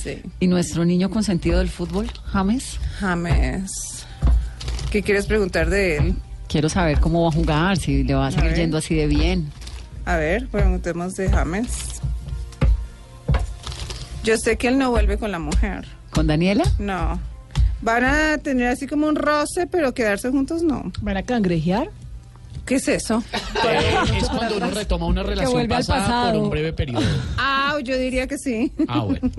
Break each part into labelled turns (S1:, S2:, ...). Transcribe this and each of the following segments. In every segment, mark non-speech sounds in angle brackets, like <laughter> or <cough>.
S1: Sí.
S2: ¿Y nuestro niño consentido del fútbol, James?
S1: James. ¿Qué quieres preguntar de él?
S2: Quiero saber cómo va a jugar, si le va a seguir
S1: ver.
S2: yendo así de bien.
S1: A ver, preguntemos de James. Yo sé que él no vuelve con la mujer.
S2: ¿Con Daniela?
S1: No. Van a tener así como un roce, pero quedarse juntos no.
S3: ¿Van a cangrejear?
S1: ¿Qué es eso?
S4: Eh, es cuando uno retoma una relación
S3: vuelve al
S4: pasada por
S3: pasado.
S4: un breve periodo.
S1: Ah, yo diría que sí.
S4: Ah,
S1: <laughs>
S4: bueno.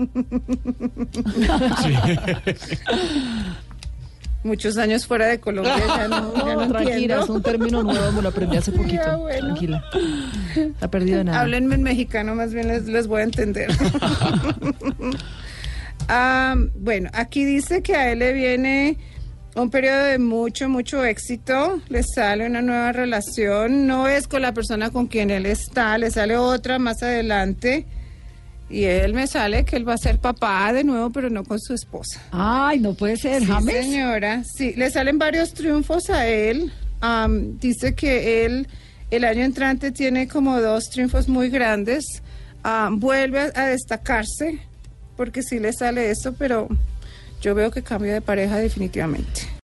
S1: Muchos años fuera de Colombia ya no, ya no
S3: No, <laughs> tranquila, es
S1: entiendo.
S3: un término nuevo, me lo aprendí hace poquito.
S1: ah, bueno.
S3: Tranquila. No ha
S1: <laughs>
S3: perdido nada.
S1: Háblenme en mexicano, más bien les, les voy a entender. Am, bueno, aquí dice que a él le viene un periodo de mucho, mucho éxito. Le sale una nueva relación. No es con la persona con quien él está, le sale otra más adelante. Y él me sale que él va a ser papá de nuevo, pero no con su esposa.
S2: Ay, no puede ser,
S1: Sí,
S2: James.
S1: señora, sí, le salen varios triunfos a él. Am, dice que él el año entrante tiene como dos triunfos muy grandes. Am, vuelve a, a destacarse porque sí le sale eso, pero yo veo que cambio de pareja definitivamente.